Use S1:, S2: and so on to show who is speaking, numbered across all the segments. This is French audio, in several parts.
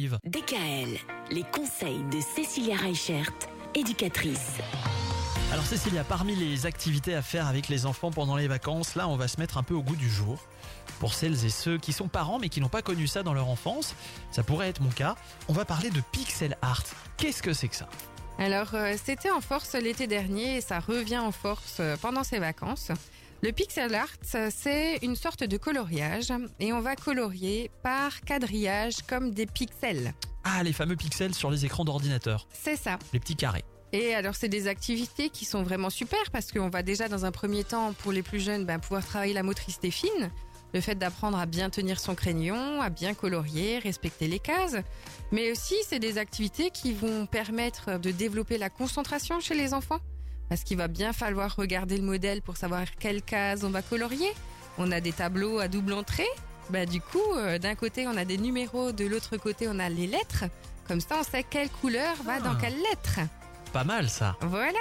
S1: suivent.
S2: DKL, les conseils de Cécilia Reichert, éducatrice.
S1: Alors Cécilia, parmi les activités à faire avec les enfants pendant les vacances, là on va se mettre un peu au goût du jour. Pour celles et ceux qui sont parents mais qui n'ont pas connu ça dans leur enfance, ça pourrait être mon cas, on va parler de pixel art. Qu'est-ce que c'est que ça
S3: Alors, euh, c'était en force l'été dernier et ça revient en force euh, pendant ces vacances. Le pixel art, euh, c'est une sorte de coloriage et on va colorier par quadrillage comme des pixels.
S1: Ah, les fameux pixels sur les écrans d'ordinateur,
S3: C'est ça.
S1: les petits carrés.
S3: Et alors, c'est des activités qui sont vraiment super parce qu'on va déjà, dans un premier temps, pour les plus jeunes, ben, pouvoir travailler la motricité fine. Le fait d'apprendre à bien tenir son crayon, à bien colorier, respecter les cases. Mais aussi, c'est des activités qui vont permettre de développer la concentration chez les enfants. Parce qu'il va bien falloir regarder le modèle pour savoir quelle case on va colorier. On a des tableaux à double entrée. Bah, du coup, euh, d'un côté, on a des numéros, de l'autre côté, on a les lettres. Comme ça, on sait quelle couleur va dans
S1: Ah.
S3: quelle lettre.
S1: Pas mal ça.
S3: Voilà.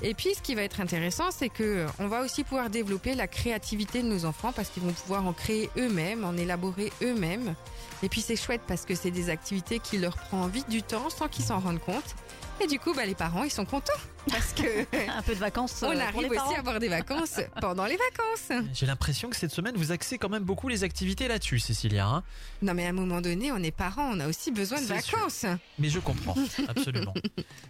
S3: Et puis, ce qui va être intéressant, c'est que euh, on va aussi pouvoir développer la créativité de nos enfants parce qu'ils vont pouvoir en créer eux-mêmes, en élaborer eux-mêmes. Et puis, c'est chouette parce que c'est des activités qui leur prend vite du temps sans qu'ils s'en rendent compte. Et du coup, bah, les parents, ils sont contents parce que
S4: Un peu de vacances. euh,
S3: on
S4: pour
S3: arrive
S4: les
S3: aussi
S4: parents.
S3: à avoir des vacances pendant les vacances.
S1: J'ai l'impression que cette semaine vous axez quand même beaucoup les activités là-dessus, Cécilia. hein
S3: Non, mais à un moment donné, on est parents, on a aussi besoin de
S1: C'est sûr.
S3: vacances.
S1: mais je comprends, absolument.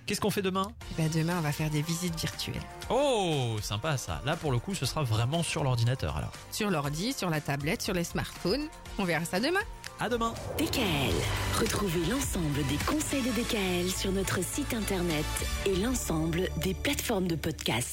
S1: Qu'est-ce qu'on fait demain
S3: Bah, demain, on va faire des visites virtuelles.
S1: Oh, sympa ça. Là pour le coup, ce sera vraiment sur l'ordinateur alors.
S3: Sur l'ordi, sur la tablette, sur les smartphones. On verra ça demain.
S1: À demain.
S2: DKL, retrouvez l'ensemble des conseils de DKL sur notre site internet et l'ensemble des plateformes de podcast.